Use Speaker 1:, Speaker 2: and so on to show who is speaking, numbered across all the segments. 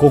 Speaker 1: こ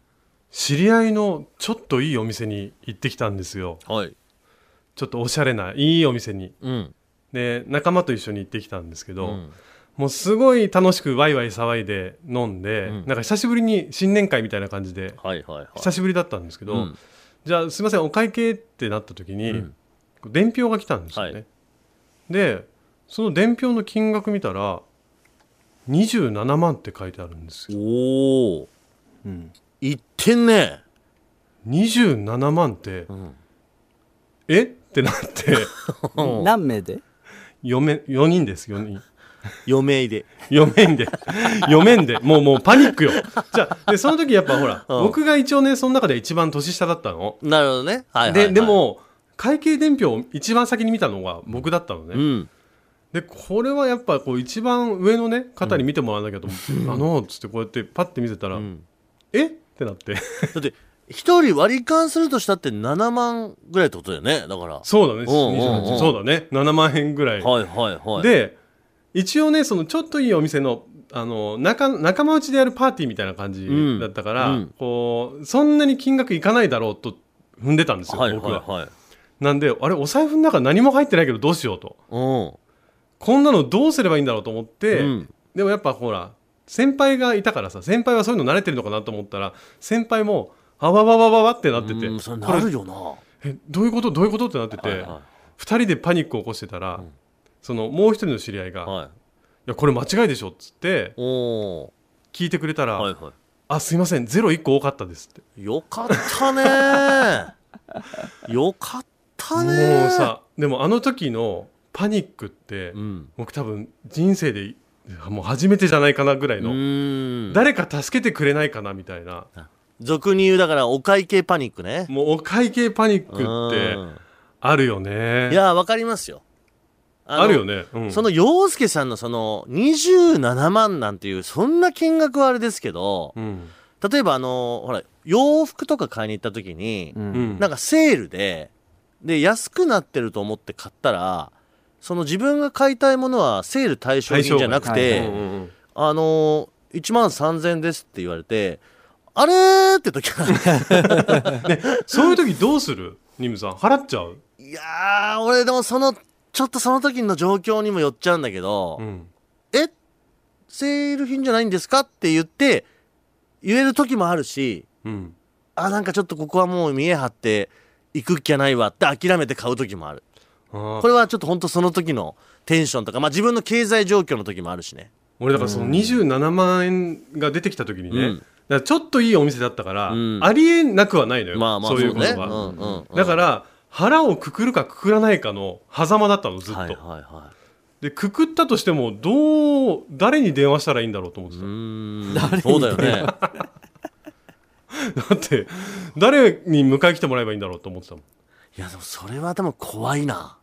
Speaker 2: 知り合いのちょっといいお店に行ってきたんですよ
Speaker 3: はい。
Speaker 2: ちょっとおしゃれないいお店に
Speaker 3: うん。
Speaker 2: で仲間と一緒に行ってきたんですけど、
Speaker 3: うん
Speaker 2: もうすごい楽しくワイワイ騒いで飲んで、
Speaker 3: うん
Speaker 2: なんか久しぶりに新年会みたいな感じで
Speaker 3: はいはいはい。
Speaker 2: 久しぶりだったんですけど、
Speaker 3: うん
Speaker 2: じゃあすいませんお会計ってなった時に、
Speaker 3: うん
Speaker 2: 伝票が来たんですよね、
Speaker 3: はい
Speaker 2: でその伝票の金額見たら27万って書いてあるんですよ、
Speaker 3: おお。
Speaker 2: うん、
Speaker 3: 行ってんね。
Speaker 2: 27万って、
Speaker 3: ん
Speaker 2: えってなって
Speaker 4: 何名で
Speaker 2: 4 4人です4人
Speaker 3: 余命で。
Speaker 2: 読めんで読めんでもうもうパニックよじゃあでその時やっぱほら、
Speaker 3: うん
Speaker 2: 僕が一応ねその中で一番年下だったの、
Speaker 3: なるほどね。はいはい、はい。
Speaker 2: でで、も会計伝票を一番先に見たのが僕だったのね、
Speaker 3: うん。
Speaker 2: でこれはやっぱこう一番上のね方に見てもらわなきゃと思って「あの」っつってこうやってパッて見せたら「
Speaker 3: うん
Speaker 2: えっ?」てなって
Speaker 3: だって、一人割り勘するとしたって7万ぐらいってことだよね。だから。は
Speaker 2: そうだね
Speaker 3: おうおうおう
Speaker 2: 28そうだね7万円ぐらい、
Speaker 3: いはいはい。、
Speaker 2: で一応ねそのちょっといいお店のあの仲仲間内でやるパーティーみたいな感じ
Speaker 3: ん
Speaker 2: だったから、
Speaker 3: うん
Speaker 2: こうそんなに金額いかないだろうと踏んでたんですよ、
Speaker 3: はいはい
Speaker 2: 僕は。
Speaker 3: はい。
Speaker 2: なんであれお財布の中何も入ってないけどどうしようと
Speaker 3: うん。
Speaker 2: こんなのどうすればいいんだろうと思って、
Speaker 3: うん
Speaker 2: でもやっぱほら先輩がいたからさ先輩はそういうの慣れてるのかなと思ったら先輩もあわわわわわってなってて
Speaker 3: うん、それなるよな。
Speaker 2: えどういうことどういうことってなってて、
Speaker 3: はいは
Speaker 2: 2人でパニックを起こしてたら、そのもう一人の知り合いが「
Speaker 3: い。
Speaker 2: い
Speaker 3: はい。
Speaker 2: やこれ間違いでしょ」っつって
Speaker 3: おお
Speaker 2: 聞いてくれたら「
Speaker 3: ー。はいは
Speaker 2: あすいませんゼロ1個多かったです」って
Speaker 3: い。よかった ねよかったね
Speaker 2: もう。さでもあの時のパニックって、
Speaker 3: うん。
Speaker 2: 僕多分人生でもう初めてじゃないかなぐらいうの、
Speaker 3: ん。
Speaker 2: 誰か助けてくれないかなみたいな
Speaker 3: 俗に言う、だからお会計パニックね。
Speaker 2: もうお会計パニックって、
Speaker 3: うん
Speaker 2: あるよね。
Speaker 3: いや、わかりますよ。あの
Speaker 2: あるよね。うん、
Speaker 3: その洋介さんのその27万なんていうそんな金額はあれですけど
Speaker 2: うん、
Speaker 3: 例えばあのほら洋服とか買いに行った時に、
Speaker 2: うん、
Speaker 3: なんかセールでで安くなってると思って買ったらその自分が買いたいものはセール対象品じゃなく
Speaker 4: 対
Speaker 3: て、
Speaker 4: 象
Speaker 2: うんうん
Speaker 3: あの1万3000ですって言われてあれーって時は
Speaker 2: うんそういう時どうするニムさん払っちゃう、
Speaker 3: いやー俺でもそのちょっとその時の状況にもよっちゃうんだけど、
Speaker 2: うん、
Speaker 3: えセール品じゃないんですかって言って言える時もあるし
Speaker 2: うん、
Speaker 3: あなんかちょっとここはもう見え張って行くっきゃないわって諦めて買う時もある
Speaker 2: あ
Speaker 3: こ
Speaker 2: あ
Speaker 3: れはちょっとほんとその時のテンションとか、まあ、自分の経済状況の時もあるしね
Speaker 2: 俺だからその27万円が出てきた時にね、
Speaker 3: うん
Speaker 2: だからちょっといいお店だったから、
Speaker 3: うん
Speaker 2: ありえなくはないのよ、
Speaker 3: まあまあ
Speaker 2: そういうこと
Speaker 3: ね
Speaker 2: が、
Speaker 3: うんうんうん
Speaker 2: だから腹をくくるかくくらないかの狭間だったのずっと、
Speaker 3: はいはい は
Speaker 2: でくくったとしてもどう誰に電話したらいいんだろうと思って
Speaker 3: いう
Speaker 2: た、
Speaker 3: ーん
Speaker 4: 誰に
Speaker 3: そうだよね
Speaker 2: だって誰に迎え来てもらえばいいんだろうと思ってたもん
Speaker 3: いやでもそれはでも怖いな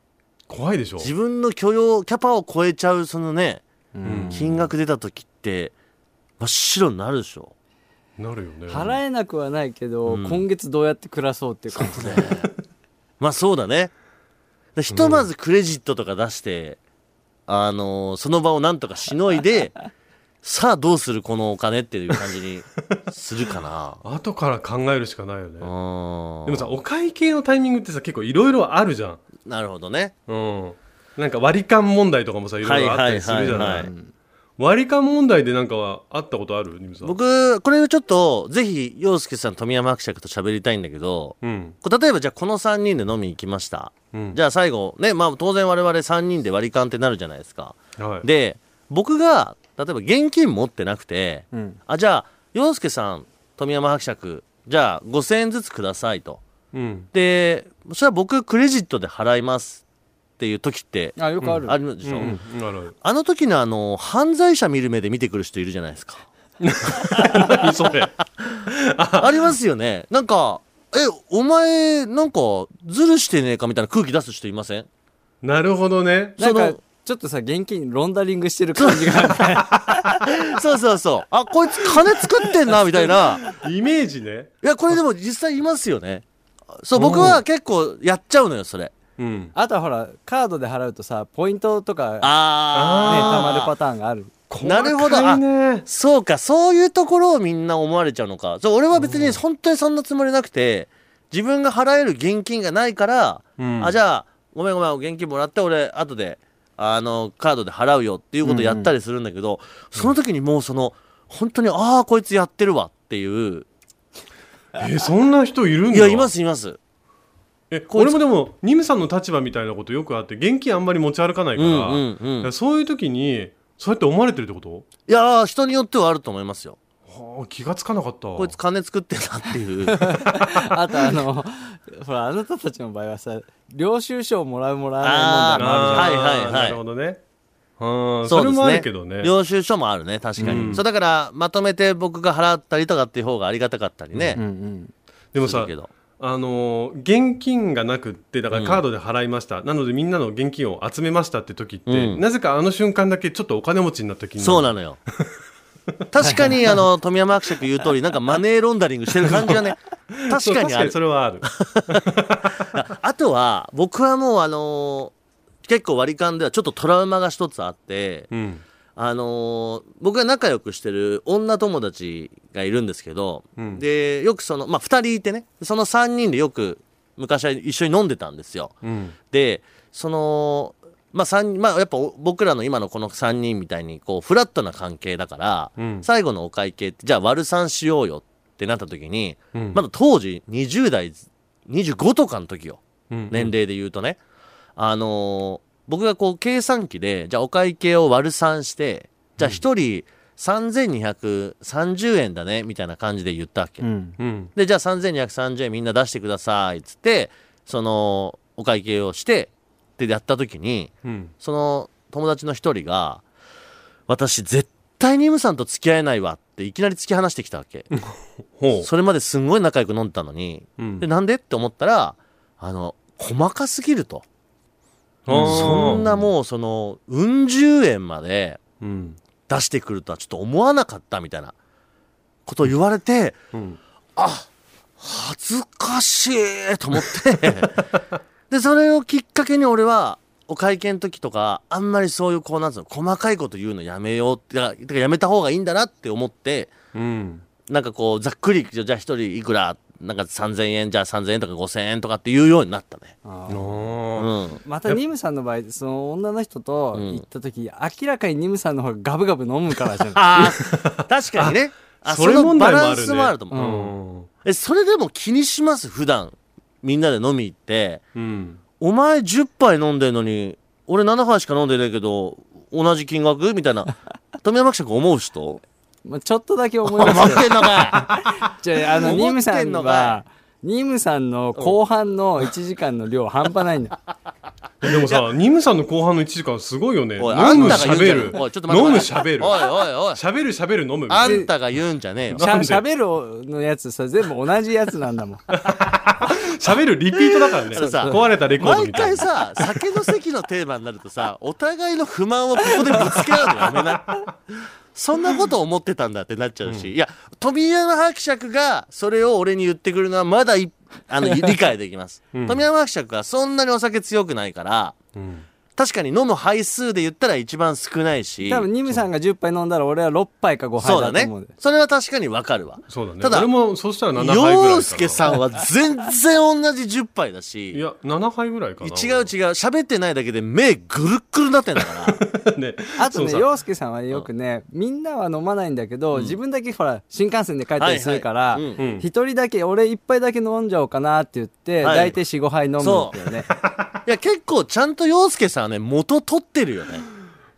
Speaker 2: 怖いでしょ
Speaker 3: 自分の許容キャパを超えちゃうそのね
Speaker 2: ん
Speaker 3: 金額出た時って真っ白になるでしょ
Speaker 2: なるよね。
Speaker 4: 払えなくはないけど、
Speaker 3: うん
Speaker 4: 今月どうやって暮らそうっていう感じで
Speaker 3: まあそうだね。でひとまずクレジットとか出して、あのーその場をなんとかしのいで、さあどうするこのお金っていう感じにするかな
Speaker 2: 後から考えるしかないよね
Speaker 3: うーん
Speaker 2: でもさお会計のタイミングってさ結構いろいろあるじゃん
Speaker 3: なるほどね。
Speaker 2: うんなんか割り勘問題とかもさいろいろあったりするじゃない,、
Speaker 3: はいはいはいは
Speaker 2: 割り勘問題でなんかはあったことあるニムさん
Speaker 3: 僕、これちょっと、ぜひ、洋介さん、富山伯爵と喋りたいんだけど、
Speaker 2: うん
Speaker 3: こう例えばじゃあこの3人で飲み行きました。
Speaker 2: うん
Speaker 3: じゃあ最後、ね、まあ当然我々3人で割り勘ってなるじゃないですか。
Speaker 2: はい
Speaker 3: で僕が例えば現金持ってなくて、
Speaker 4: ん
Speaker 3: あじゃあ洋介さん富山伯爵じゃあ5,000円ずつくださいと
Speaker 2: うん
Speaker 3: でそしたら僕クレジットで払いますっていう時って
Speaker 4: あよくある、
Speaker 3: あるで
Speaker 2: う
Speaker 3: し
Speaker 2: ん
Speaker 3: ょ、
Speaker 2: うんある
Speaker 3: あの時のあの犯罪者見る目で見てくる人いる じゃないですか
Speaker 2: ある何それ
Speaker 3: ありますよねなんかええお前なんかズルしてねえかみたいな空気出す人いません
Speaker 2: なるほどね
Speaker 4: なん
Speaker 3: そ
Speaker 4: か
Speaker 3: の
Speaker 4: ちょっとさ現金ロンダリングしてる感じが ある
Speaker 3: そうそうそうあこいつ金作ってんなみたいな
Speaker 2: イメージね
Speaker 3: いやこれでも実際いますよねそう僕は結構やっちゃうのよそれ
Speaker 2: うん
Speaker 4: あとはほらカードで払うとさポイントとかね
Speaker 3: あ
Speaker 4: 貯
Speaker 3: あ
Speaker 4: まるパターンがある
Speaker 3: なるほど
Speaker 2: 細かいね
Speaker 3: そうか、そういうところをみんな思われちゃうのか。そう、俺は別に本当にそんなつもりなくて、自分が払える現金がないから、
Speaker 2: うん
Speaker 3: あ、じゃあ、ごめんごめん、現金もらって、俺、後で、あの、カードで払うよっていうことをやったりするんだけど、その時にもうその、本当に、ああ、こいつやってるわっていう。
Speaker 2: えそんな人いるんだ
Speaker 3: いや、いますいます。
Speaker 2: え
Speaker 3: こいつ
Speaker 2: 俺もでもニムさんの立場みたいなことよくあって現金あんまり持ち歩かないか
Speaker 3: う
Speaker 2: ら、
Speaker 3: んうんうん。い
Speaker 2: そういう時にそうやって思われてるってこと
Speaker 3: やー、人によってはあると思いますよ。
Speaker 2: はあ気がつかなかった
Speaker 3: こいつ金作ってんなって いう。
Speaker 4: あとあの ほらあなたたちの場合はさ領収書をもらうもらわない問題もあるじゃん
Speaker 3: あ
Speaker 2: あー
Speaker 3: はいはいはい
Speaker 2: なるほどねうん
Speaker 3: そ
Speaker 2: そう
Speaker 3: で
Speaker 2: れ
Speaker 3: す
Speaker 2: もあるけどね
Speaker 3: 領収書もあるね確かに、
Speaker 2: うん
Speaker 3: そうだからまとめて僕が払ったりとかっていう方がありがたかったりね、
Speaker 4: うんうん
Speaker 2: でも
Speaker 3: する
Speaker 2: さ
Speaker 3: けど
Speaker 2: あのー現金がなくってだからカードで払いました、なのでみんなの現金を集めましたって時って、
Speaker 3: うん
Speaker 2: なぜかあの瞬間だけちょっとお金持ちになった気に
Speaker 3: そう
Speaker 2: な
Speaker 3: なの よ確かにあの富山伯爵言う通りなんかマネーロンダリングしてる感じがね
Speaker 2: そ
Speaker 3: 確
Speaker 2: う
Speaker 3: かにある
Speaker 2: それはある
Speaker 3: あとは僕はもうあのー結構割り勘ではちょっとトラウマが一つあって
Speaker 2: うん
Speaker 3: あのー僕が仲良くしてる女友達がいるんですけど、
Speaker 2: うん
Speaker 3: でよくそのまあ2人いてねその3人でよく昔は一緒に飲んでたんですよ、
Speaker 2: うん
Speaker 3: でそのまあ三人まあやっぱお僕らの今のこの3人みたいにこうフラットな関係だから、
Speaker 2: うん
Speaker 3: 最後のお会計ってじゃあ割る3しようよってなった時に、
Speaker 2: うん
Speaker 3: まだ当時20代25とかの時よ
Speaker 2: うん
Speaker 3: 年齢で言うとね、あのー僕がこう計算機でじゃあお会計を割る3してじゃあ1人3230円だねみたいな感じで言ったわけ、
Speaker 4: うん
Speaker 2: うん
Speaker 3: で、じゃあ3230円みんな出してください、つって、その、お会計をして、ってやった時に、
Speaker 2: うん
Speaker 3: その友達の一人が、私絶対にムさんと付き合えないわっていきなり突き放してきたわけ。
Speaker 2: ほ
Speaker 3: それまですんごい仲良く飲んでたのに、
Speaker 2: う、うん
Speaker 3: で、なんでって思ったら、あの、細かすぎると。
Speaker 2: あー
Speaker 3: そんなもうその、うん十円まで
Speaker 2: うん
Speaker 3: 出してくるとはちょっと思わなかったみたいなことを言われて、
Speaker 2: うん
Speaker 3: 恥ずかしいと思って でそれをきっかけに俺はお会計の時とかあんまりそういうこうなんつうの細かいこと言うのやめようってだからてかやめた方がいいんだなって思って
Speaker 2: うん
Speaker 3: なんかこうざっくりじゃあ一人いくらなんか3000円じゃあ3000円とか5000円とかって言うようになったね
Speaker 4: あ
Speaker 2: あ
Speaker 4: ー
Speaker 3: う
Speaker 2: ー
Speaker 3: ん
Speaker 4: またニムさんの場合その女の人と行った時、明らかにニムさんの方がガブガブ飲むからじゃ ん
Speaker 3: あー確かにねあ
Speaker 2: それ問 題もあるね
Speaker 3: そのバランスもあると思う、
Speaker 2: うん
Speaker 3: えそれでも気にします普段みんなで飲み行って
Speaker 2: うん
Speaker 3: お前10杯飲んでんのに俺7杯しか飲んでないけど同じ金額みたいな富山伯爵思う人
Speaker 4: まあ、ちょっとだけ思い
Speaker 3: 思
Speaker 4: まし
Speaker 3: ってんのか
Speaker 4: たよあの
Speaker 3: 思ってんのかい
Speaker 4: ニムさんはニムさんの後半の1時間の量半端ないんだ
Speaker 2: でもさ、ニムさんの後半の1時間すごいよね。飲
Speaker 3: おいあん
Speaker 2: む、
Speaker 3: たが言うんじ
Speaker 2: 喋
Speaker 3: ゃね
Speaker 2: る。
Speaker 3: えおいちょっと待って
Speaker 2: 飲む、
Speaker 3: 待って
Speaker 2: 喋る。
Speaker 3: おいおいおい
Speaker 2: 喋る、喋る、飲む。
Speaker 3: あんたが言うんじゃねえよ
Speaker 4: し
Speaker 2: な
Speaker 4: ゃ
Speaker 2: んで
Speaker 4: しゃべるのやつさ全部同じやつなんだもん
Speaker 2: 喋るリピートだからね。
Speaker 3: あのさ
Speaker 2: 壊れたレコード
Speaker 3: 毎
Speaker 2: みたい
Speaker 3: 回
Speaker 2: な。
Speaker 3: さ酒の席のテーマになるとさお互いの不満をここでぶつけ合うのやめなそんなこと思ってたんだってなっちゃうし、いや富山伯爵がそれを俺に言ってくるのはまだい あの理解できます、富山伯爵はそんなにお酒強くないから
Speaker 2: うん
Speaker 3: 確かに飲む杯数で言ったら一番少ないし
Speaker 4: 多分ニムさんが10杯飲んだら俺は6杯か5
Speaker 3: そうだ
Speaker 4: 杯だと
Speaker 3: ね
Speaker 4: 思うんだよ
Speaker 3: それは確かにわかるわ
Speaker 2: そうだね。
Speaker 3: ただ
Speaker 2: 俺も、そうしたら7杯ぐらいかな。
Speaker 3: 洋介さんは全然同じ10杯だ
Speaker 2: い
Speaker 3: し
Speaker 2: や、7杯ぐらいか
Speaker 3: 違う違
Speaker 2: な。
Speaker 3: う喋ってないだけで目ぐるっぐるになってんだから
Speaker 2: う。ね、
Speaker 4: あと
Speaker 2: そう
Speaker 4: ね
Speaker 2: さ
Speaker 4: 洋介さんはよくねみんなは飲まないんだけど、自分だけほら新幹線で帰ったりするから
Speaker 3: はいはい
Speaker 2: うんうん
Speaker 4: 一人だけ俺一杯だけ飲んじゃおうかなって言って、
Speaker 3: はい
Speaker 4: 大体45杯飲むんだよね
Speaker 3: いや結構ちゃんと洋介さんはね元取ってるよね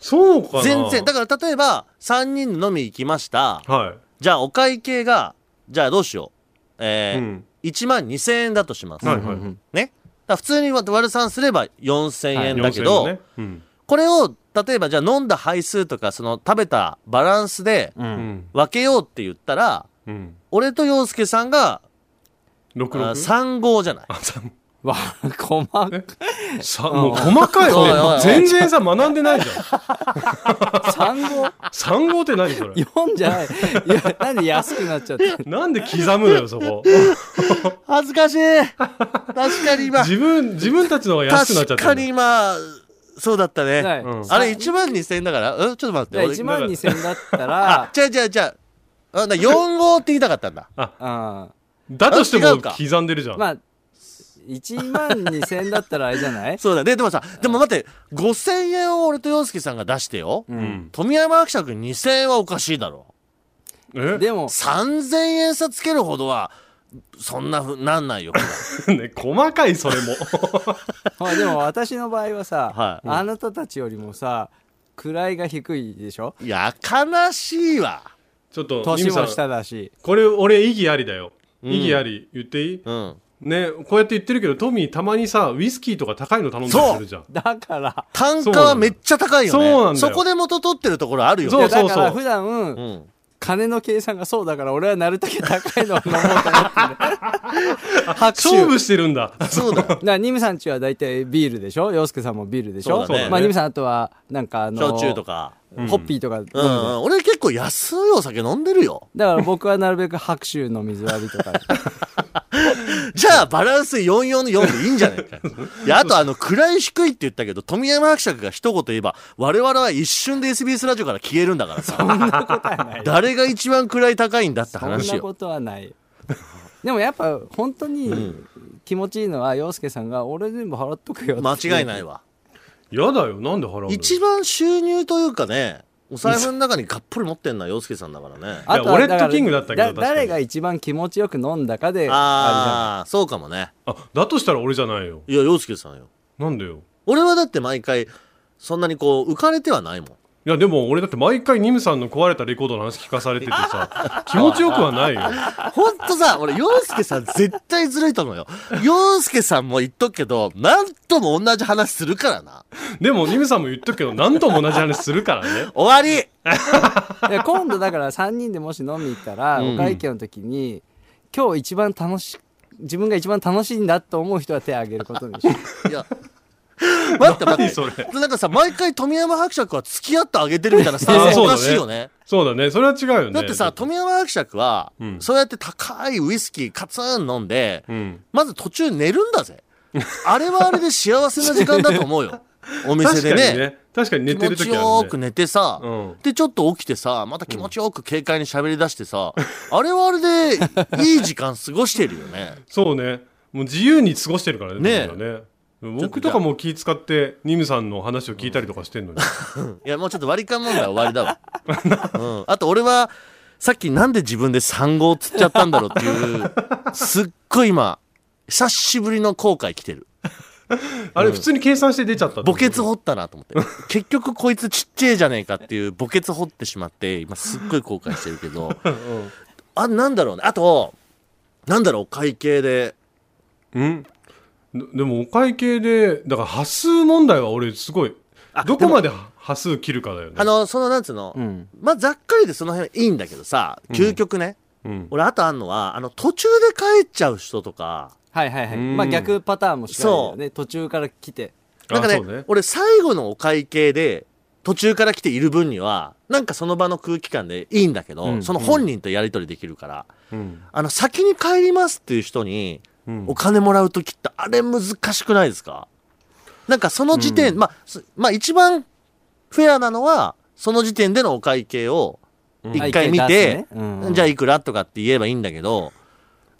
Speaker 2: そうかな。
Speaker 3: 全然だから例えば3人で飲み行きました
Speaker 2: はい。
Speaker 3: じゃあお会計がじゃあどうしようえー
Speaker 2: うん
Speaker 3: 1万2000円だとします、
Speaker 2: はいはい。
Speaker 3: ねだから普通に割る3すれば4000円だけ
Speaker 2: 4000
Speaker 3: ど、
Speaker 2: のねうん
Speaker 3: これを例えばじゃあ飲んだ杯数とかその食べたバランスで
Speaker 2: うん
Speaker 3: 分けようって言ったら、
Speaker 2: うん
Speaker 3: 俺と洋介さんが
Speaker 2: 六
Speaker 3: あ
Speaker 2: 六。
Speaker 3: 3号じゃない
Speaker 2: あ三
Speaker 4: わ、細か い。
Speaker 2: さもう細かい
Speaker 3: おいおいお
Speaker 2: よ
Speaker 3: い
Speaker 2: ね。全然さ、学んでないじゃん。
Speaker 4: 産後
Speaker 2: 三号って何それ。
Speaker 4: 4じゃない。いや、なんで安くなっちゃって。
Speaker 2: なんで刻むのよ、そこ。
Speaker 3: 恥ずか しい確かに今
Speaker 2: 自分、自分たちの方が安くなっちゃ
Speaker 3: 確
Speaker 2: って
Speaker 3: か
Speaker 2: る
Speaker 3: に今そうだったね、
Speaker 4: はい
Speaker 2: うん
Speaker 3: あれ1万2000円だからうんちょっと待って俺
Speaker 4: 1万2000だったら、
Speaker 3: じゃあじゃあじゃああな4号って言いたかったんだ
Speaker 4: うん。 ま
Speaker 2: だとして
Speaker 3: あ違
Speaker 2: も
Speaker 3: うか
Speaker 2: 刻んでるじゃん。
Speaker 4: あ、1万2000だったらあれじゃない
Speaker 3: そうだねでもさでも待って5000円を俺と洋介さんが出してよ、
Speaker 4: う。
Speaker 2: うんん。
Speaker 3: 富山伯爵2000円はおかしいだろ
Speaker 2: え
Speaker 4: でも、
Speaker 3: 3000円差つけるほどはそんなふうになんない よ
Speaker 2: ね、細かい、それ も。
Speaker 4: ほらでも私の場合はさ、
Speaker 3: はい
Speaker 4: あなたたちよりもさ、位が低いでしょ
Speaker 3: いや悲しいわ
Speaker 2: ちょっと、ニ
Speaker 4: 年
Speaker 2: ムさ
Speaker 4: も
Speaker 2: ん、
Speaker 4: 下だし。
Speaker 2: これ、俺、意義ありだよ。
Speaker 3: うん
Speaker 2: 意義あり。言っていい
Speaker 3: うん
Speaker 2: ね、こうやって言ってるけど、トミー、たまにさ、ウイスキーとか高いの頼んだりするじゃん。
Speaker 4: だから、
Speaker 3: 単価はめっちゃ高いよね
Speaker 2: そうなんだよ
Speaker 3: こで元取ってるところあるよ
Speaker 2: そ
Speaker 3: ね
Speaker 2: うそうそう
Speaker 4: いやだから普段、
Speaker 3: うん
Speaker 4: 金の計算がそうだから、俺はなるだけ高いのを飲もうと思ってる。 拍手。
Speaker 2: 勝負してるんだ。
Speaker 3: そうだよ
Speaker 4: だからニムさんちは大体ビールでしょ洋介さんもビールでしょ
Speaker 3: そうだね
Speaker 4: まあニムさんあとはなんかあの
Speaker 3: 焼酎とか
Speaker 4: ホッピーとか飲んで、
Speaker 3: うん、うん、俺結構安いお酒飲んでるよ
Speaker 4: だから僕はなるべく白州の水割りとか
Speaker 3: じゃあバランス44の4でいいんじゃ ないかいやあとあの位低いって言ったけど富山伯爵が一言言えば我々は一瞬で SBS ラジオから消えるんだからさ誰が一番位高いんだって
Speaker 4: そん
Speaker 3: 話
Speaker 4: な
Speaker 3: よ
Speaker 4: ことはないでもやっぱ本当に気持ちいいのは洋介さんが俺全部払っとくよって
Speaker 3: 間違いないわ
Speaker 2: やだよ、なんで払うの
Speaker 3: 一番収入というかねお財布の中にがっぽり持ってんのは洋介さんだからね
Speaker 4: あ
Speaker 2: いや
Speaker 4: は
Speaker 2: 俺とキングだったけど確かに
Speaker 4: 誰が一番気持ちよく飲んだかであ
Speaker 3: ああそうかもね
Speaker 2: あ、だとしたら俺じゃないよ。
Speaker 3: いや洋介さんよ
Speaker 2: なんでよ。
Speaker 3: 俺はだって毎回そんなにこう浮かれてはないもん
Speaker 2: いやでも俺だって毎回ニムさんの壊れたレコードの話聞かされてて さ気持ちよくはないよ
Speaker 3: ほんとさ、俺、洋介さん絶対ずるいと思うよ。洋介さんも言っとくけど、なんとも同じ話するからな。
Speaker 2: でもニムさんも言っとくけど何とも同じ話するから ね
Speaker 3: 終わり
Speaker 4: るじゃんいや今度だから3人でもし飲み行ったら
Speaker 3: うん
Speaker 4: お会計の時に今日一番楽し自分が一番楽しいんだと思う人は手を挙げることに しよう
Speaker 3: いや。待って待
Speaker 2: 何
Speaker 3: っ
Speaker 2: それ
Speaker 3: て。なんかさ、毎回富山伯爵は付き合ってあげてるみたいなスタン ス
Speaker 2: あー
Speaker 3: おかしいよね。
Speaker 2: そうだねそれは違うよね
Speaker 3: だってさ、富山伯爵は、
Speaker 2: うん
Speaker 3: そうやって高いウイスキーカツン飲んで、
Speaker 2: うん
Speaker 3: まず途中寝るんだぜ。あれはあれで幸せな時間だと思うよ。お店
Speaker 2: 確か
Speaker 3: で
Speaker 2: に
Speaker 3: ね。
Speaker 2: ね確かに寝て
Speaker 3: 気持
Speaker 2: る
Speaker 3: ち
Speaker 2: 時あ
Speaker 3: よ
Speaker 2: る
Speaker 3: く
Speaker 2: ね
Speaker 3: 寝てさ、
Speaker 2: うん
Speaker 3: でちょっと起きてさまた気持ちよく軽快に喋り出してさ、あれはあれでいい時間過ごしてるよね
Speaker 2: そうねもう自由に過ごしてるからね
Speaker 3: ねえ
Speaker 2: 僕らね僕とかも気使ってニムさんの話を聞いたりとかしてんのに
Speaker 3: いやもうちょっと割り勘問題終わりだわ、うん、あと俺はさっきなんで自分で3号つっちゃったんだろうっていうすっごい今久しぶりの後悔来てる
Speaker 2: あれ普通に計算して出ちゃったって
Speaker 3: 墓
Speaker 2: こと
Speaker 3: 穴掘ったなと思って結局こいつちっちゃいじゃねえかっていう墓穴掘ってしまって今すっごい後悔してるけど、あなんだろうねあとなんだろうお会計で
Speaker 2: うんででもお会計でだから端数問題は俺すごいどこまで端数切るかだよね
Speaker 3: あの、その、なんつうの、
Speaker 4: ん
Speaker 3: まあ、ざっくりでその辺いいんだけどさ、究極ね。
Speaker 2: うん
Speaker 3: 俺、あとあんのは、あの、途中で帰っちゃう人とか、
Speaker 4: はいはいはい。
Speaker 2: うん
Speaker 4: まあ逆パターンもしかりだよね。途中から来て。
Speaker 3: なんか
Speaker 2: あ
Speaker 3: ね
Speaker 2: そう
Speaker 3: 俺、最後のお会計で、途中から来ている分には、なんかその場の空気感でいいんだけど、
Speaker 2: うん
Speaker 3: その本人とやり取りできるから、
Speaker 2: うん
Speaker 3: あの、先に帰りますっていう人に、
Speaker 2: うん
Speaker 3: お金もらうときって、あれ難しくないですかなんかその時点、まあ、すまあ一番フェアなのは、その時点でのお会計を、一回見て、
Speaker 4: あ一回出すねうん
Speaker 3: じゃあいくらとかって言えばいいんだけど、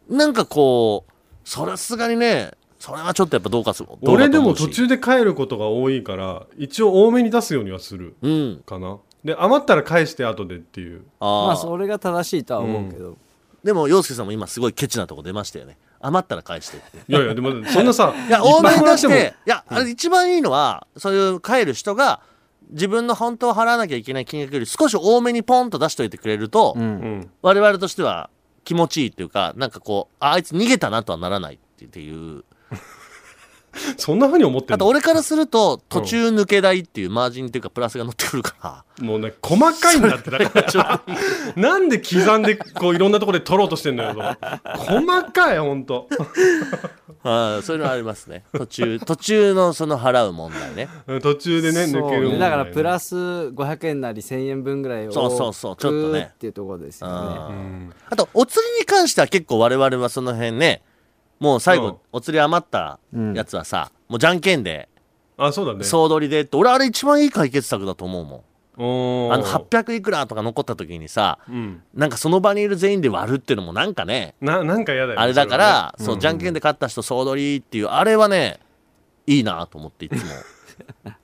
Speaker 3: なんかこう、それはさすがにね、それはちょっとやっぱどうかする。どう
Speaker 2: 俺
Speaker 3: かと
Speaker 2: で
Speaker 3: 思
Speaker 2: も
Speaker 3: うし
Speaker 2: 途。中で帰ることが多いから一応多めに出すようにはする
Speaker 3: うん。
Speaker 2: かなで余ったら返して後でっていう
Speaker 3: あー
Speaker 4: まあそれが正しいとは思うけど。
Speaker 3: でも、洋介さんも今すごいケチなとこ出ましたよね。余ったら返してって。
Speaker 2: いやいやでもそんなさ
Speaker 3: いや、多め
Speaker 2: い
Speaker 3: に出し、
Speaker 2: っぱいもらって
Speaker 3: いや、あれ一番いいのは、そういう帰る人が、自分の本当は払わなきゃいけない金額より少し多めにポンと出しといてくれると、
Speaker 2: もうん
Speaker 3: 我々としては気持ちいいっていうか、なんかこう、ああいつ逃げたなとはならないっていう。
Speaker 2: そんなふうに思って
Speaker 3: あ
Speaker 2: る
Speaker 3: と俺からすると途中抜け代っていうマージンっていうかプラスが乗ってくるか
Speaker 2: もうね細かいんだってだから
Speaker 3: らちょっと
Speaker 2: なんで刻んでこういろんなところで取ろうとしてんのよと細かいほんと
Speaker 3: はいそういうのありますね途中途中のその払う問題ね
Speaker 2: 途中でね
Speaker 4: そう
Speaker 2: 抜けるもんね
Speaker 4: だからプラス500円なり1000円分ぐらいを
Speaker 3: そうそうそうちょっとね
Speaker 4: 食うっていうところですよ
Speaker 3: あ
Speaker 4: ね
Speaker 2: うん
Speaker 3: あとお釣りに関しては結構我々はその辺ねもう最後、
Speaker 2: うん
Speaker 3: お釣り余ったやつはさ、もうじゃんけんで
Speaker 2: あそうだね
Speaker 3: 総取りでって俺あれ一番いい解決策だと思うもん
Speaker 2: あ
Speaker 3: あの800いくらとか残った時にさ
Speaker 2: うん
Speaker 3: なんかその場にいる全員で割るっていうのもなんかね
Speaker 2: ななんか嫌だよね
Speaker 3: あれだか
Speaker 2: そはね
Speaker 3: ら、そう、じゃんけんで勝った人総取りっていう、あれはね、いいなと思って、いつも。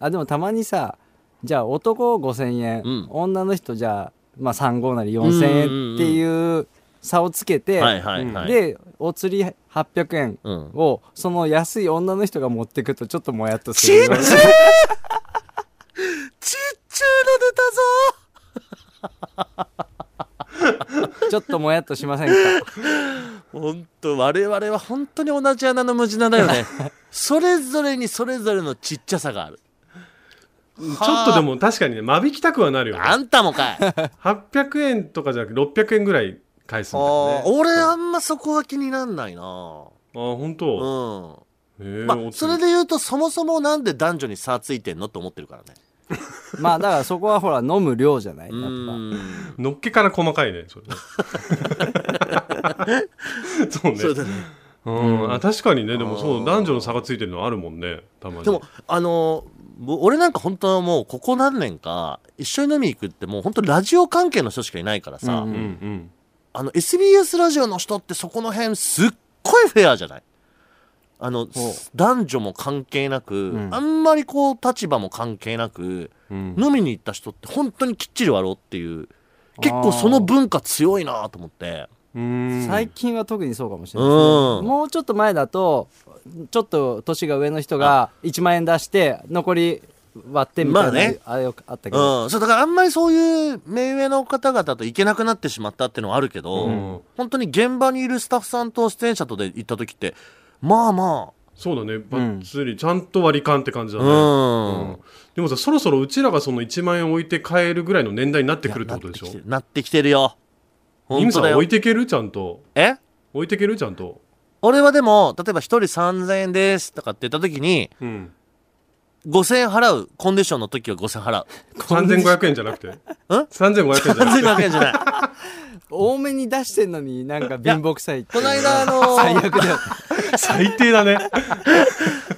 Speaker 4: あでもたまにさじゃあ男5000円、
Speaker 3: うん
Speaker 4: 女の人じゃあ、まあ、35なり4000円っていう差をつけて、
Speaker 3: はいはいはい。
Speaker 4: でお釣り800円
Speaker 3: うん。
Speaker 4: をその安い女の人が持ってくとちょっともやっとするような
Speaker 3: ちっちゃ
Speaker 4: ちょっともやっとしません
Speaker 3: い
Speaker 4: か
Speaker 3: の出たぞほんと、我々は本当に同じ穴の無地なだよ ね。それぞれにそれぞれのちっちゃさがある。
Speaker 2: ちょっとでも確かにね間引きたくはなるよ
Speaker 3: あ
Speaker 2: ね
Speaker 3: んたも かい。
Speaker 2: 800円とかじゃなくて600円ぐらい返すんだよね
Speaker 3: 俺あんまそこは気になんないな
Speaker 2: あ本
Speaker 3: う
Speaker 2: 当
Speaker 3: ん。
Speaker 2: へえ
Speaker 3: ま
Speaker 2: お
Speaker 3: あ、そ
Speaker 2: 釣
Speaker 3: れ
Speaker 2: り
Speaker 3: で言うと、そもそもなんで男女に差ついてんのと思ってるからね。
Speaker 4: まあだからそこはほら飲む量じゃないや
Speaker 3: う
Speaker 4: っぱ
Speaker 3: ーん。
Speaker 2: のっけから細かいね それそうね
Speaker 3: そうだね。
Speaker 2: うん、あ確かにねでも
Speaker 3: う
Speaker 2: そ
Speaker 3: ん
Speaker 2: う男女の差がついてるのあるもんねたまに
Speaker 3: でも、あのーぼ俺なんか本当はもうここ何年か一緒に飲み行くってもう本当ラジオ関係の人しかいないからさ、
Speaker 4: う
Speaker 2: う
Speaker 4: ん
Speaker 2: んうん
Speaker 3: あの SBS ラジオの人ってそこの辺すっごいフェアじゃないあの
Speaker 4: ほう
Speaker 3: 男女も関係なく、
Speaker 4: うん
Speaker 3: あんまりこう立場も関係なく、
Speaker 2: うん
Speaker 3: 飲みに行った人って本当にきっちり割ろうっていう結構その文化強いなと思って
Speaker 2: うん
Speaker 4: 最近は特にそうかもしれないですね
Speaker 3: うん
Speaker 4: もうちょっと前だとちょっと年が上の人が1万円出して残り割ってみたいな、
Speaker 3: まあね
Speaker 4: あれよくあったけど、
Speaker 3: うん、そうだからあんまりそういう目上の方々と行けなくなってしまったっていうのはあるけど、
Speaker 2: うん
Speaker 3: 本当に現場にいるスタッフさんと出演者とで行った時ってまあま
Speaker 2: そうだねばっつりちゃんと割り勘って感じだ
Speaker 3: あう
Speaker 2: ね、
Speaker 3: ん、
Speaker 2: うんでもさそろそろうちらがその1万円置いて買えるぐらいの年代になってくるってことでしょ
Speaker 3: なってきてるよ
Speaker 2: イ
Speaker 3: 本
Speaker 2: ムさ
Speaker 3: 当だ
Speaker 2: ん
Speaker 3: よ
Speaker 2: 置いてけるちゃんと
Speaker 3: え
Speaker 2: 置いてけるちゃんと
Speaker 3: 俺はでも例えば1人3000円ですとかって言った時に
Speaker 2: うん
Speaker 3: 5000円払うコンディションの時は5000円払う
Speaker 2: 3500円じゃなくて3500円じゃなくて
Speaker 3: 3500円じゃない
Speaker 4: 多めに出してんのになんか貧乏くさいって
Speaker 3: こ
Speaker 4: いう
Speaker 3: の 間あのー
Speaker 4: 最悪だよ
Speaker 2: 最低だね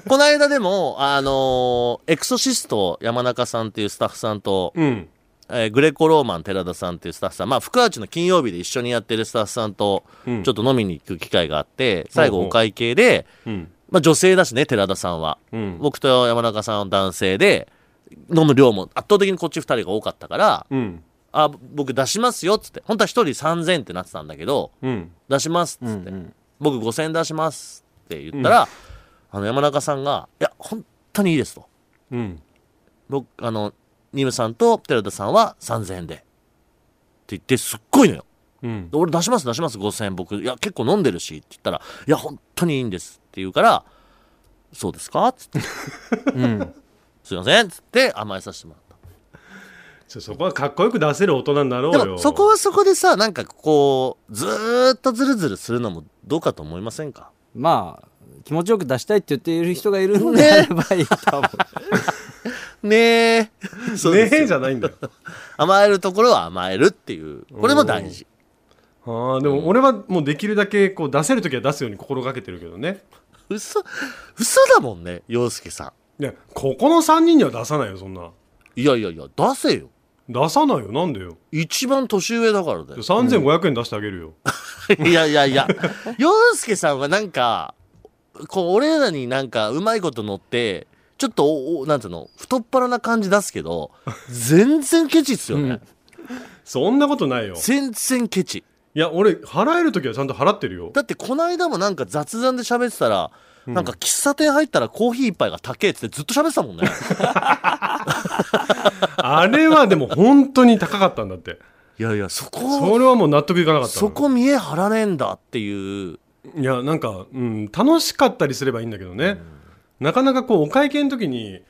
Speaker 3: この間でもあのーエクソシスト山中さんっていうスタッフさんと、
Speaker 2: うん
Speaker 3: えーグレコローマン寺田さんっていうスタッフさんまあ福内の金曜日で一緒にやってるスタッフさんとち
Speaker 2: うん
Speaker 3: ょっと飲みに行く機会があって最
Speaker 2: ほう
Speaker 3: 後
Speaker 2: ほう
Speaker 3: お会計で、
Speaker 2: うん
Speaker 3: まあ、女性だしね寺田さんは、
Speaker 2: うん
Speaker 3: 僕と山中さんは男性で飲む量も圧倒的にこっち2人が多かったから、
Speaker 2: うん
Speaker 3: あ僕出しますよっつって本当は1人3000ってなってたんだけど
Speaker 2: うん
Speaker 3: 出しますっつって、僕5000出しますって言ったら、あの山中さんが「いや本当にいいです」と
Speaker 2: うん
Speaker 3: 僕あのニムさんと寺田さんは3000円でって言ってすっごいのよ
Speaker 2: うん
Speaker 3: で俺出します出します5000円僕いや結構飲んでるしって言ったら「いや本当にいいんです」って言うから「そうですか?」っつって
Speaker 4: うん
Speaker 3: 「 すいません」っつって甘えさせてもらった
Speaker 2: ちょそこはかっこよく出せる大人になろう
Speaker 3: で
Speaker 2: よ
Speaker 3: もそこはそこでさなんかこうずーっとズルズルするのもどうかと思いませんか
Speaker 4: まあ気持ちよく出したいって言っている人がいるのであればいいと思う、
Speaker 3: ねえ そう
Speaker 2: ね
Speaker 3: ですよ
Speaker 2: えじゃないんだよ
Speaker 3: 甘えるところは甘えるっていうこれも大事
Speaker 2: ああでも俺はもうできるだけこう出せる時は出すように心がけてるけどね
Speaker 3: 嘘嘘だもんね洋介さ
Speaker 2: いやここの3人には出さないよそんなん
Speaker 3: いやいやいや出せよ
Speaker 2: 出さないよなんでよ
Speaker 3: 一番年上だからだよ
Speaker 2: 3500円出してあげるよ、
Speaker 3: いやいやいや洋介さんはなんかこう俺らになんかうまいこと乗ってちょっとおおなんてうの太っ腹な感じ出すけど全然ケチっすよね、
Speaker 2: そんなことないよ
Speaker 3: 全然ケチ
Speaker 2: いや俺払える時はちゃんと払ってるよ
Speaker 3: だってこの間もなんか雑談で喋ってたら、なんか喫茶店入ったらコーヒー一杯が高えっつってずっと喋ってたもんね
Speaker 2: あれはでも本当に高かったんだ って
Speaker 3: いやいやそこ
Speaker 2: それはもう納得いかなかったの
Speaker 3: そこ見え張らねえんだっていう
Speaker 2: いやなんか、うん、楽しかったりすればいいんだけどね、なかなかこうお会計の時に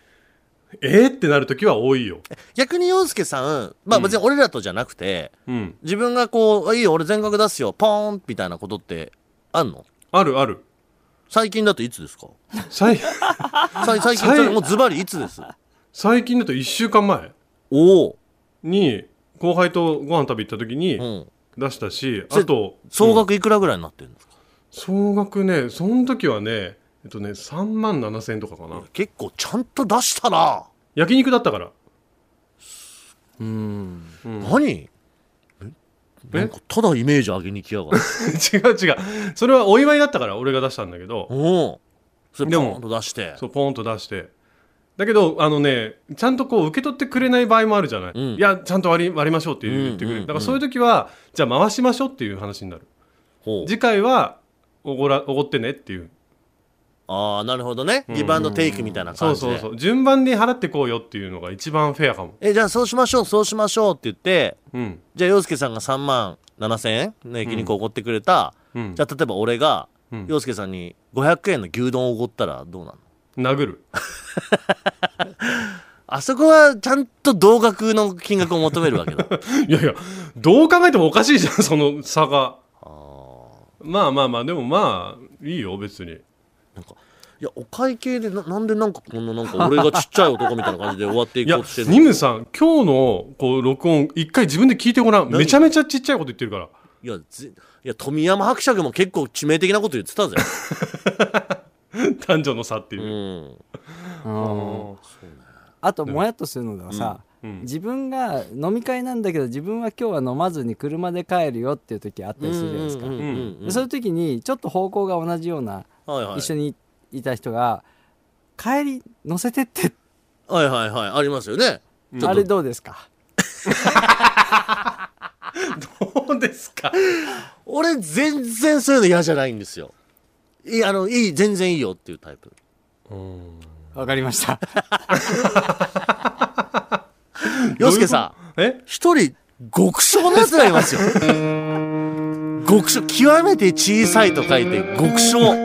Speaker 2: えー、ってなる時は多いよ、
Speaker 3: 逆に洋介さん、まあ別に俺らとじゃなくて、
Speaker 2: うん、
Speaker 3: 自分がこう、あいいよ、俺全額出すよ、ポーンみたいなことってあんの
Speaker 2: あるある
Speaker 3: 最近だといつですか
Speaker 2: 最
Speaker 3: 最最
Speaker 2: 最
Speaker 3: 近、それもうズバリいつです
Speaker 2: 最近だと1週間前
Speaker 3: おお、
Speaker 2: に後輩とご飯食べ行った時
Speaker 3: う
Speaker 2: に
Speaker 3: ん。
Speaker 2: 出したし、
Speaker 3: それ
Speaker 2: あと
Speaker 3: 総額いくらぐらいになってるんですか、
Speaker 2: 総額ねその時はねえっとね3万7千円とかかな
Speaker 3: 結構ちゃんと出したな、
Speaker 2: 焼肉だったから
Speaker 4: うん
Speaker 2: うん
Speaker 3: 何
Speaker 2: え違
Speaker 3: なんかただイメージ上げに来やが
Speaker 2: う
Speaker 3: る。
Speaker 2: 違うそれはお祝いだったから俺が出したんだけど
Speaker 3: おお。それ
Speaker 2: で
Speaker 3: ポ
Speaker 2: も
Speaker 3: ーンと出して。
Speaker 2: そうポーンと出してだけどあのねちゃんとこう受け取ってくれない場合もあるじゃない、
Speaker 3: ん
Speaker 2: いやちゃんと割り割りましょうって言ってくれる、
Speaker 3: うんうんうん
Speaker 2: だからそういう時はじゃあ回しましょうっていう話になる
Speaker 3: ほう
Speaker 2: 次回はおごらおごってねっていう
Speaker 3: ああ、なるほどね。ギブアンドテイクみたいな
Speaker 2: そ
Speaker 3: 感
Speaker 2: う
Speaker 3: じで。
Speaker 2: そうそう順番で払ってこうよっていうのが一番フェアかも
Speaker 3: え、じゃあそうしましょう、そうしましょうって言って、
Speaker 2: うん
Speaker 3: じゃあ洋介さんが3万7千円の焼肉をおごってくれた、
Speaker 2: うん
Speaker 3: じゃあ例えば俺が
Speaker 2: うん
Speaker 3: 洋介さんに500円の牛丼をおごったらどうなの
Speaker 2: 殴る
Speaker 3: あそこはちゃんと同額の金額を求めるわ けだ
Speaker 2: いやいやどう考えてもおかしいじゃんその差が
Speaker 3: あー
Speaker 2: まあまあまあでもまあいいよ別に
Speaker 3: なんかいやお会計でななんでなんかこんななんか俺がちっちゃい男みたいな感じで終わってい
Speaker 2: い
Speaker 3: こ
Speaker 2: や
Speaker 3: うとしてる
Speaker 2: ニムさん今日のこう録音一回自分で聞いてごらん
Speaker 3: 何
Speaker 2: めちゃめちゃちっちゃいこと言ってる から
Speaker 3: いやぜいや富山伯爵も結構致命的なこと言ってた ぜ
Speaker 2: 男女の差っていうう、
Speaker 3: ん
Speaker 4: うんあともやっとするのがさ、
Speaker 2: うんうん
Speaker 4: 自分が飲み会なんだけど自分は今日は飲まずに車で帰るよっていう時あったりするじゃないですか、
Speaker 3: うんうんうんうん
Speaker 4: そういう時にちょっと方向が同じような、
Speaker 3: はいはい
Speaker 4: 一緒にいた人が帰り乗せてって
Speaker 3: はいはいはいありますよねちょ
Speaker 4: あ
Speaker 3: っと
Speaker 4: れどうですか
Speaker 2: どうですか
Speaker 3: 俺全然そういうの嫌じゃないんですよいいあのいい全然いいよっていうタイプ
Speaker 4: わかりました
Speaker 3: 洋介さん
Speaker 2: え
Speaker 3: 一人極小のやつがいますよ極小極めて小さいと書いて極小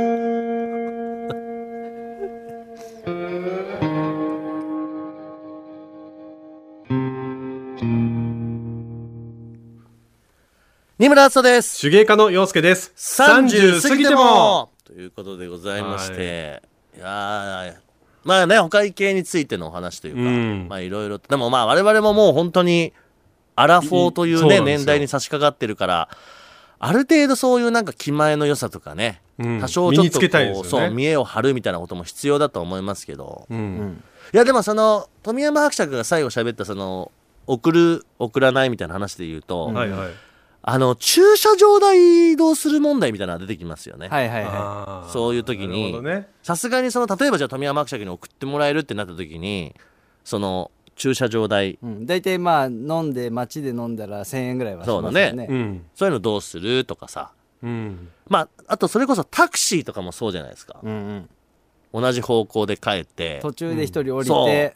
Speaker 3: 二村敦です
Speaker 2: 手芸家の洋介です
Speaker 3: 30過ぎてもということでございまして、い、やーまあねお会計についてのお話というか、
Speaker 2: うん
Speaker 3: まあいろいろとでもまあ我々ももう本当にアラフォーという
Speaker 2: そう
Speaker 3: ね
Speaker 2: なんですよ
Speaker 3: 年代に差し掛かってるからある程度そういうなんか気前の良さとかね、
Speaker 2: うん
Speaker 3: 多少ちょ
Speaker 2: 身に
Speaker 3: っと
Speaker 2: つ
Speaker 3: こ
Speaker 2: けたいです
Speaker 3: う
Speaker 2: よね
Speaker 3: そう見栄を張るみたいなことも必要だと思いますけど、
Speaker 2: う
Speaker 4: うんん
Speaker 3: いやでもその富山伯爵が最後喋ったその送る送らないみたいな話で言うと、
Speaker 2: はいはい、
Speaker 3: あの駐車場代移動する問題みたいなのが出てきますよね。
Speaker 4: はいはいは
Speaker 2: あー
Speaker 3: そういう時に
Speaker 2: なるほどね
Speaker 3: さすがにその例えばじゃあ富山伯爵に送ってもらえるってなった時にその駐車場代
Speaker 4: い、うん、大体まあ飲んで街で飲んだら1000円ぐらいはしますよね
Speaker 3: そうだね
Speaker 2: うん
Speaker 3: そういうのどうするとかさ
Speaker 2: うん
Speaker 3: まああとそれこそタクシーとかもそうじゃないですか、
Speaker 4: うんうん、
Speaker 3: 同じ方向で帰って
Speaker 4: 途中で一人降り
Speaker 3: そう
Speaker 4: て、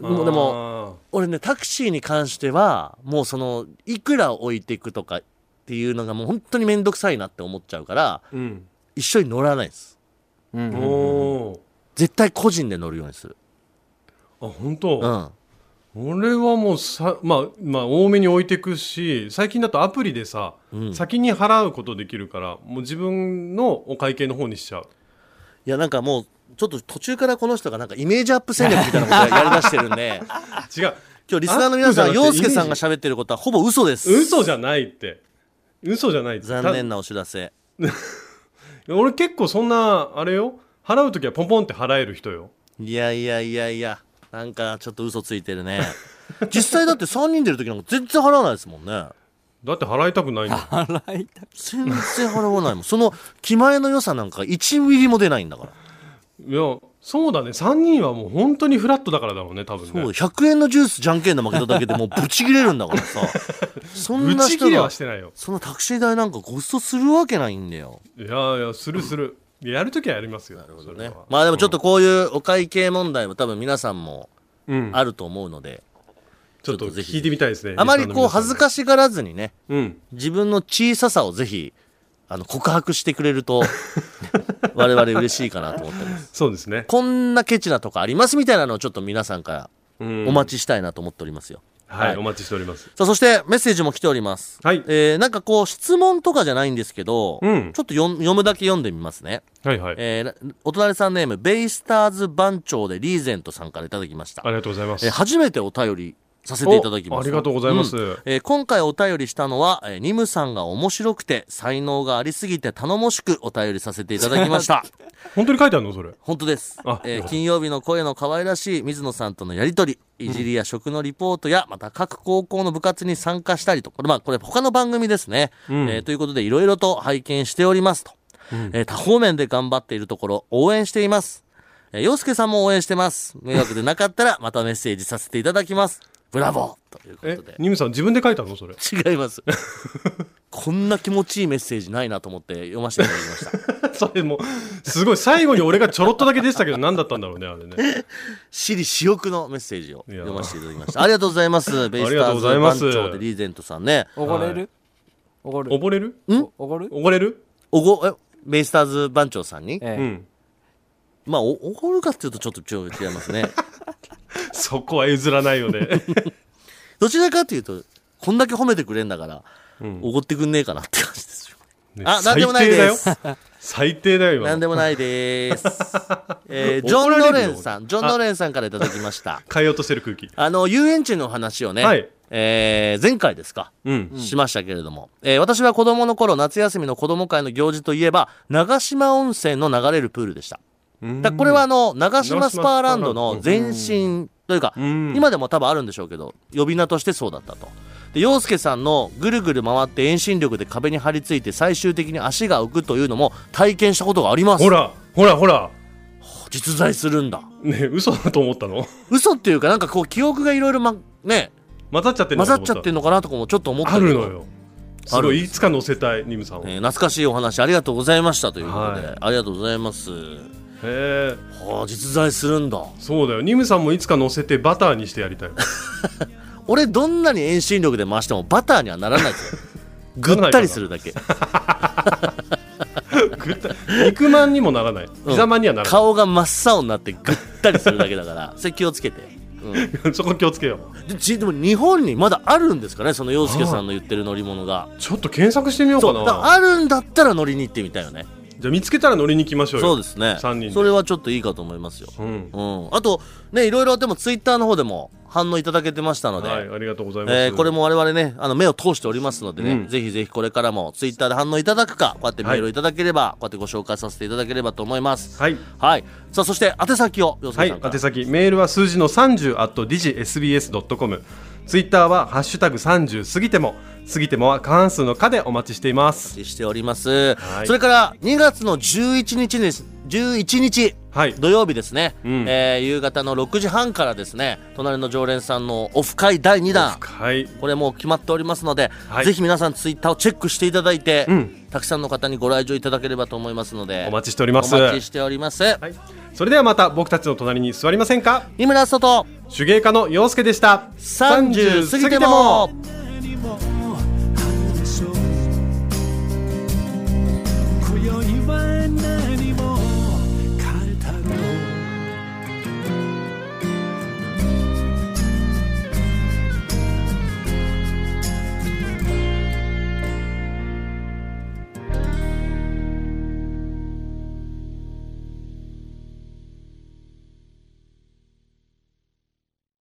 Speaker 3: もうでも
Speaker 2: も
Speaker 3: 俺ねタクシーに関してはもうそのいくら置いていくとかっていうのがもう本当に面倒くさいなって思っちゃうから
Speaker 2: うん
Speaker 3: 一緒に乗らないです
Speaker 4: うんうん
Speaker 2: おー
Speaker 3: 絶対個人で乗るようにする
Speaker 2: あ本当、
Speaker 3: うん
Speaker 2: 俺はもうさ、まあ、まあ多めに置いてくし最近だとアプリでさ、
Speaker 3: うん
Speaker 2: 先に払うことできるからもう自分のお会計の方にしちゃう
Speaker 3: いやなんかもうちょっと途中からこの人がなんかイメージアップ戦略みたいなことをやりだしてる んで
Speaker 2: 違う
Speaker 3: 今日リスナーの皆
Speaker 2: ア
Speaker 3: さ
Speaker 2: ッ
Speaker 3: ん、
Speaker 2: プじゃな
Speaker 3: 洋
Speaker 2: くて
Speaker 3: 介さ
Speaker 2: イ
Speaker 3: ん
Speaker 2: メー
Speaker 3: が
Speaker 2: ジ
Speaker 3: 喋ってることはほぼ嘘です。
Speaker 2: 嘘じゃないって嘘じゃないって
Speaker 3: 残念なお知らせ。
Speaker 2: た俺結構そんなあれよ払う時はポンポンって払える人よ
Speaker 3: いやいやいやいや、なんかちょっと嘘ついてるね。実際だって3人出る時なんか全然払わないですもんね。
Speaker 2: だって払いたくないん だ
Speaker 4: 払いたく
Speaker 3: 全然払わないもん。その気前の良さなんか1ミリも出ないんだから。
Speaker 2: いやそうだね3人はもう本当にフラットだからだろうね多分
Speaker 3: そう
Speaker 2: ね
Speaker 3: 100円のジュースじゃんけんで負けただけでもうブチ切れるんだからさ。そん
Speaker 2: 打
Speaker 3: な
Speaker 2: ち
Speaker 3: 人
Speaker 2: 切れは
Speaker 3: が
Speaker 2: し、てないよ
Speaker 3: そのタクシー代なんかごちそうするわけないんだよ。
Speaker 2: いやいやするするやる時はやりますよなるほ
Speaker 3: ね、まあでもちょっとこういうお会計問題も多分皆さんも
Speaker 2: うん、
Speaker 3: あると思うので、
Speaker 2: ちょっと聞いてみたいですね
Speaker 3: あまりこう恥ず
Speaker 2: し
Speaker 3: かしがらずにね、
Speaker 2: い、うん
Speaker 3: 自分の小ささをぜひあの告白してくれると我々嬉しいかなと思ってます。
Speaker 2: そうですね。
Speaker 3: こんなケチなとこありますみたいなのをちょっと皆さんから
Speaker 2: うん
Speaker 3: お待ちしたいなと思っておりますよ。
Speaker 2: はい、
Speaker 3: はい
Speaker 2: お待ちしております。
Speaker 3: さあ、そしてメッセージも来ております。
Speaker 2: はい
Speaker 3: えー、なんかこう、質問とかじゃないんですけど、
Speaker 2: うん
Speaker 3: ちょっと読む読むだけ読んでみますね。
Speaker 2: はいはい。
Speaker 3: えー、お隣さんネーム、ベイスターズ番長でリーゼントさんからいただきました
Speaker 2: あ。りがとうございます。
Speaker 3: えー初めてお便りさせていただきます
Speaker 2: おありがとうございます
Speaker 3: んえー今回お便りしたのは、えーニムさんが面白くて才能がありすぎて頼もしくお便りさせていただきました
Speaker 2: 本当に書いてあるのそれ。
Speaker 3: 本当です
Speaker 2: あ、よ
Speaker 3: えー
Speaker 2: かった
Speaker 3: 金曜日の声の可愛らしい水野さんとのやりとりいじりや食のリポートやまた各高校の部活に参加したりとこれ,、まあ、これ他の番組ですね、えーということでいろいろと拝見しておりますと、えー多方面で頑張っているところ応援していますえー洋介さんも応援してます迷惑でなかったらま たメッセージさせていただきますブラボーというこ
Speaker 2: え
Speaker 3: とで、
Speaker 2: ニムさん自分で書いたのそれ。
Speaker 3: 違いますこんな気持ちいいメッセージないなと思って読ませていただきました
Speaker 2: それもうすごい最後に俺がちょろっとだけ出てたけど何だったんだろうねあれね。
Speaker 3: 私利私欲のメッセージを
Speaker 2: いや
Speaker 3: 読ませていただきました。ありがとうござい ます。ベイ
Speaker 2: あ
Speaker 3: スターズ
Speaker 2: りがとうございます
Speaker 3: 番長でリーゼントさんね。
Speaker 4: おごれるおごる
Speaker 2: 溺れる？
Speaker 4: おおごる
Speaker 2: 溺れる？
Speaker 3: おご、え、ベイスターズ番長さんに、
Speaker 4: え
Speaker 2: う
Speaker 4: え
Speaker 2: ん。
Speaker 3: まあ、お、おごるかっていうとちょっと違いますね。
Speaker 2: そこは譲らないよね。
Speaker 3: どちらかというと、こんだけ褒めてくれんだから、おごってくんねえかなって感じですよ。
Speaker 2: ね
Speaker 3: あなんでもないです。
Speaker 2: 最低 だよ最低だよ今
Speaker 3: なん
Speaker 2: の。
Speaker 3: でもないです。 えージョ
Speaker 2: 怒ら
Speaker 3: ン・
Speaker 2: れるよ
Speaker 3: ノレンさん、ジョン・ノレンさんからいただきました。
Speaker 2: 変えようとしてる空気。
Speaker 3: あの、遊園地のお話をね、
Speaker 2: はい
Speaker 3: えー前回ですか、
Speaker 2: うん。
Speaker 3: しましたけれども、えー私は子供の頃夏休みの子供会の行事といえば長島温泉の流れるプールでしただこれはあの長島スパーランドの前身というか、
Speaker 2: ん
Speaker 3: 今でも多分あるんでしょうけど呼び名としてそうだったとで陽介さんのぐるぐる回って遠心力で壁に張り付いて最終的に足が浮くというのも体験したことがあります
Speaker 2: ほらほらほら。
Speaker 3: 実在するんだ
Speaker 2: ね嘘だと思ったの。
Speaker 3: 嘘っていうかなんかこう記憶がいろいろまね
Speaker 2: 混ざっちゃってる
Speaker 3: 混
Speaker 2: のか
Speaker 3: ざっ
Speaker 2: と
Speaker 3: ちゃって
Speaker 2: 思
Speaker 3: んのかなとかもちょっと思った
Speaker 2: あ
Speaker 3: けど
Speaker 2: るのよ。す
Speaker 3: ある
Speaker 2: ご
Speaker 3: ん
Speaker 2: いいつか乗せたいニムさんを。へ
Speaker 3: えー懐かしいお話ありがとうございましたということで、
Speaker 2: はい
Speaker 3: ありがとうございます
Speaker 2: え。
Speaker 3: はあ実在するんだ
Speaker 2: そうだよ。ニムさんもいつか乗せてバターにしてやりたい。
Speaker 3: 俺どんなに遠心力で回してもバターにはならないですよ ぐったりするだ け
Speaker 2: ぐった肉まんにもならない。ピザまんにはならない。
Speaker 3: 顔が真っ青になってぐったりするだけ だからそれ気をつけて、うん、
Speaker 2: そこ気をつけよう。
Speaker 3: でちでも日本にまだあるんですかねその洋介さんの言ってる乗り物が
Speaker 2: ちょっと検索してみよう
Speaker 3: そ
Speaker 2: か
Speaker 3: うだ
Speaker 2: な。
Speaker 3: からあるんだったら乗りに行ってみたいよね
Speaker 2: じゃあ見つけたら乗りに行きましょうよ。
Speaker 3: そうですね
Speaker 2: 三人で
Speaker 3: それはちょっといいかと思いますよ、
Speaker 2: うん。
Speaker 3: うん、あとねいろいろでもツイッターの方でも反応いただけてましたので、
Speaker 2: はい、ありがとうございます。
Speaker 3: えーこれも我々ねあの目を通しておりますのでね、
Speaker 2: うん
Speaker 3: ぜひぜひこれからもツイッターで反応いただくかこうやってメール
Speaker 2: は
Speaker 3: をいただければ、こうやってご紹介させていただければと思います
Speaker 2: はい。
Speaker 3: はいさあそして宛先を
Speaker 2: は
Speaker 3: よ介さん
Speaker 2: い、
Speaker 3: から、
Speaker 2: 宛先メールは数字の30 at digsbs.com ツイッターは「ハッシュタグ #30 過ぎても」過ぎてもは過半数の「か」でお待ちしています
Speaker 3: しております、
Speaker 2: はい
Speaker 3: それから2月の11日です11日
Speaker 2: はい
Speaker 3: 土曜日ですね、
Speaker 2: うん
Speaker 3: えー夕方の6時半からですね隣の常連さんのオフ会第2弾
Speaker 2: はい
Speaker 3: これもう決まっておりますので、
Speaker 2: はい
Speaker 3: ぜひ皆さんツイッターをチェックしていただいて、
Speaker 2: うん
Speaker 3: たくさんの方にご来場いただければと思いますので
Speaker 2: お待ちしております
Speaker 3: お待ちしております、
Speaker 2: はい、それではまた僕たちの隣に座りませんか
Speaker 3: 井村外
Speaker 2: 手芸家の陽介でした
Speaker 3: 30過ぎても
Speaker 2: 過ぎても
Speaker 5: anymore.